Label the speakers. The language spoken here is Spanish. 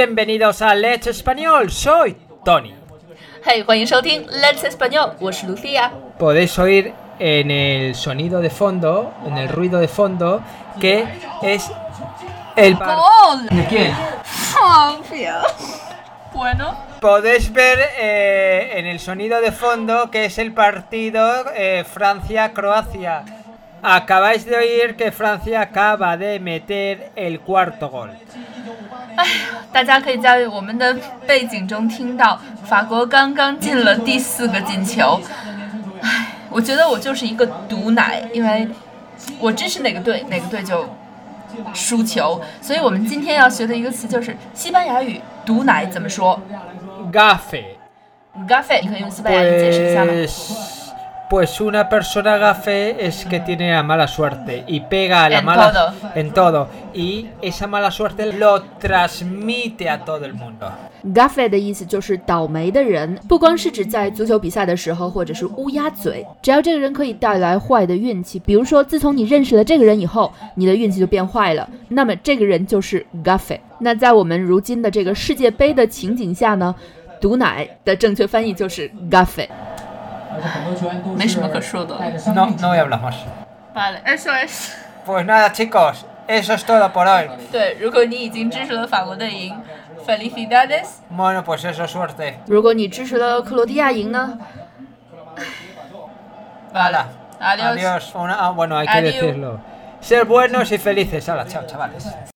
Speaker 1: bienvenidos a Let's Español. Soy Tony.
Speaker 2: Hey, 欢迎收听 Let's Español，我是 Lucia。
Speaker 1: Podéis oír en el sonido de fondo, en el ruido de fondo, que es el par-
Speaker 2: ¡Gol!
Speaker 1: ¿De quién?
Speaker 2: 啊 Bueno,
Speaker 1: Podéis ver eh, en el sonido de fondo que es el partido eh, Francia-Croacia. Acabáis de oír que Francia acaba de meter el cuarto gol.
Speaker 2: 哎大家可以在我们的背景中听到法国刚刚进了第四个进球。唉，我觉得我就是一个毒奶，因为我支持哪个队，哪个队就输球。所以我们今天要学的一个词就是西班牙语“毒奶”怎么说
Speaker 1: Gafe.
Speaker 2: ？Gafe，你可以用西班牙语解释一下吗？
Speaker 1: Pues, pues una persona gafe es que tiene la mala suerte y pega a la
Speaker 2: En
Speaker 1: mala
Speaker 2: todo.
Speaker 1: en todo y esa mala suerte lo transmite a todo el mundo.
Speaker 3: Gafe 的意思就是倒霉的人，不光是指在足球比赛的时候，或者是乌鸦嘴，只要这个人可以带来坏的运气，比如说自从你认识了这个人以后，你的运气就变坏了，那么这个人就是 Gafe。那在我们如今的这个世界杯的情景下呢，毒奶的正确翻译就是 Gafe。
Speaker 2: 没什么可说的。
Speaker 1: No, no voy a hablar más.
Speaker 2: 罢了，SOS。
Speaker 1: Pues nada chicos, eso es todo por hoy.
Speaker 2: 对，如果你已经支持了法国队赢，Felicidades。
Speaker 1: Bueno, pues eso suerte.
Speaker 3: 如果你支持了克罗地亚赢呢，
Speaker 1: Hala.
Speaker 2: Adiós.
Speaker 1: Adiós. Una- ah, bueno, hay que
Speaker 2: Adiós.
Speaker 1: decirlo. Ser buenos y felices. Hala, chao chavales.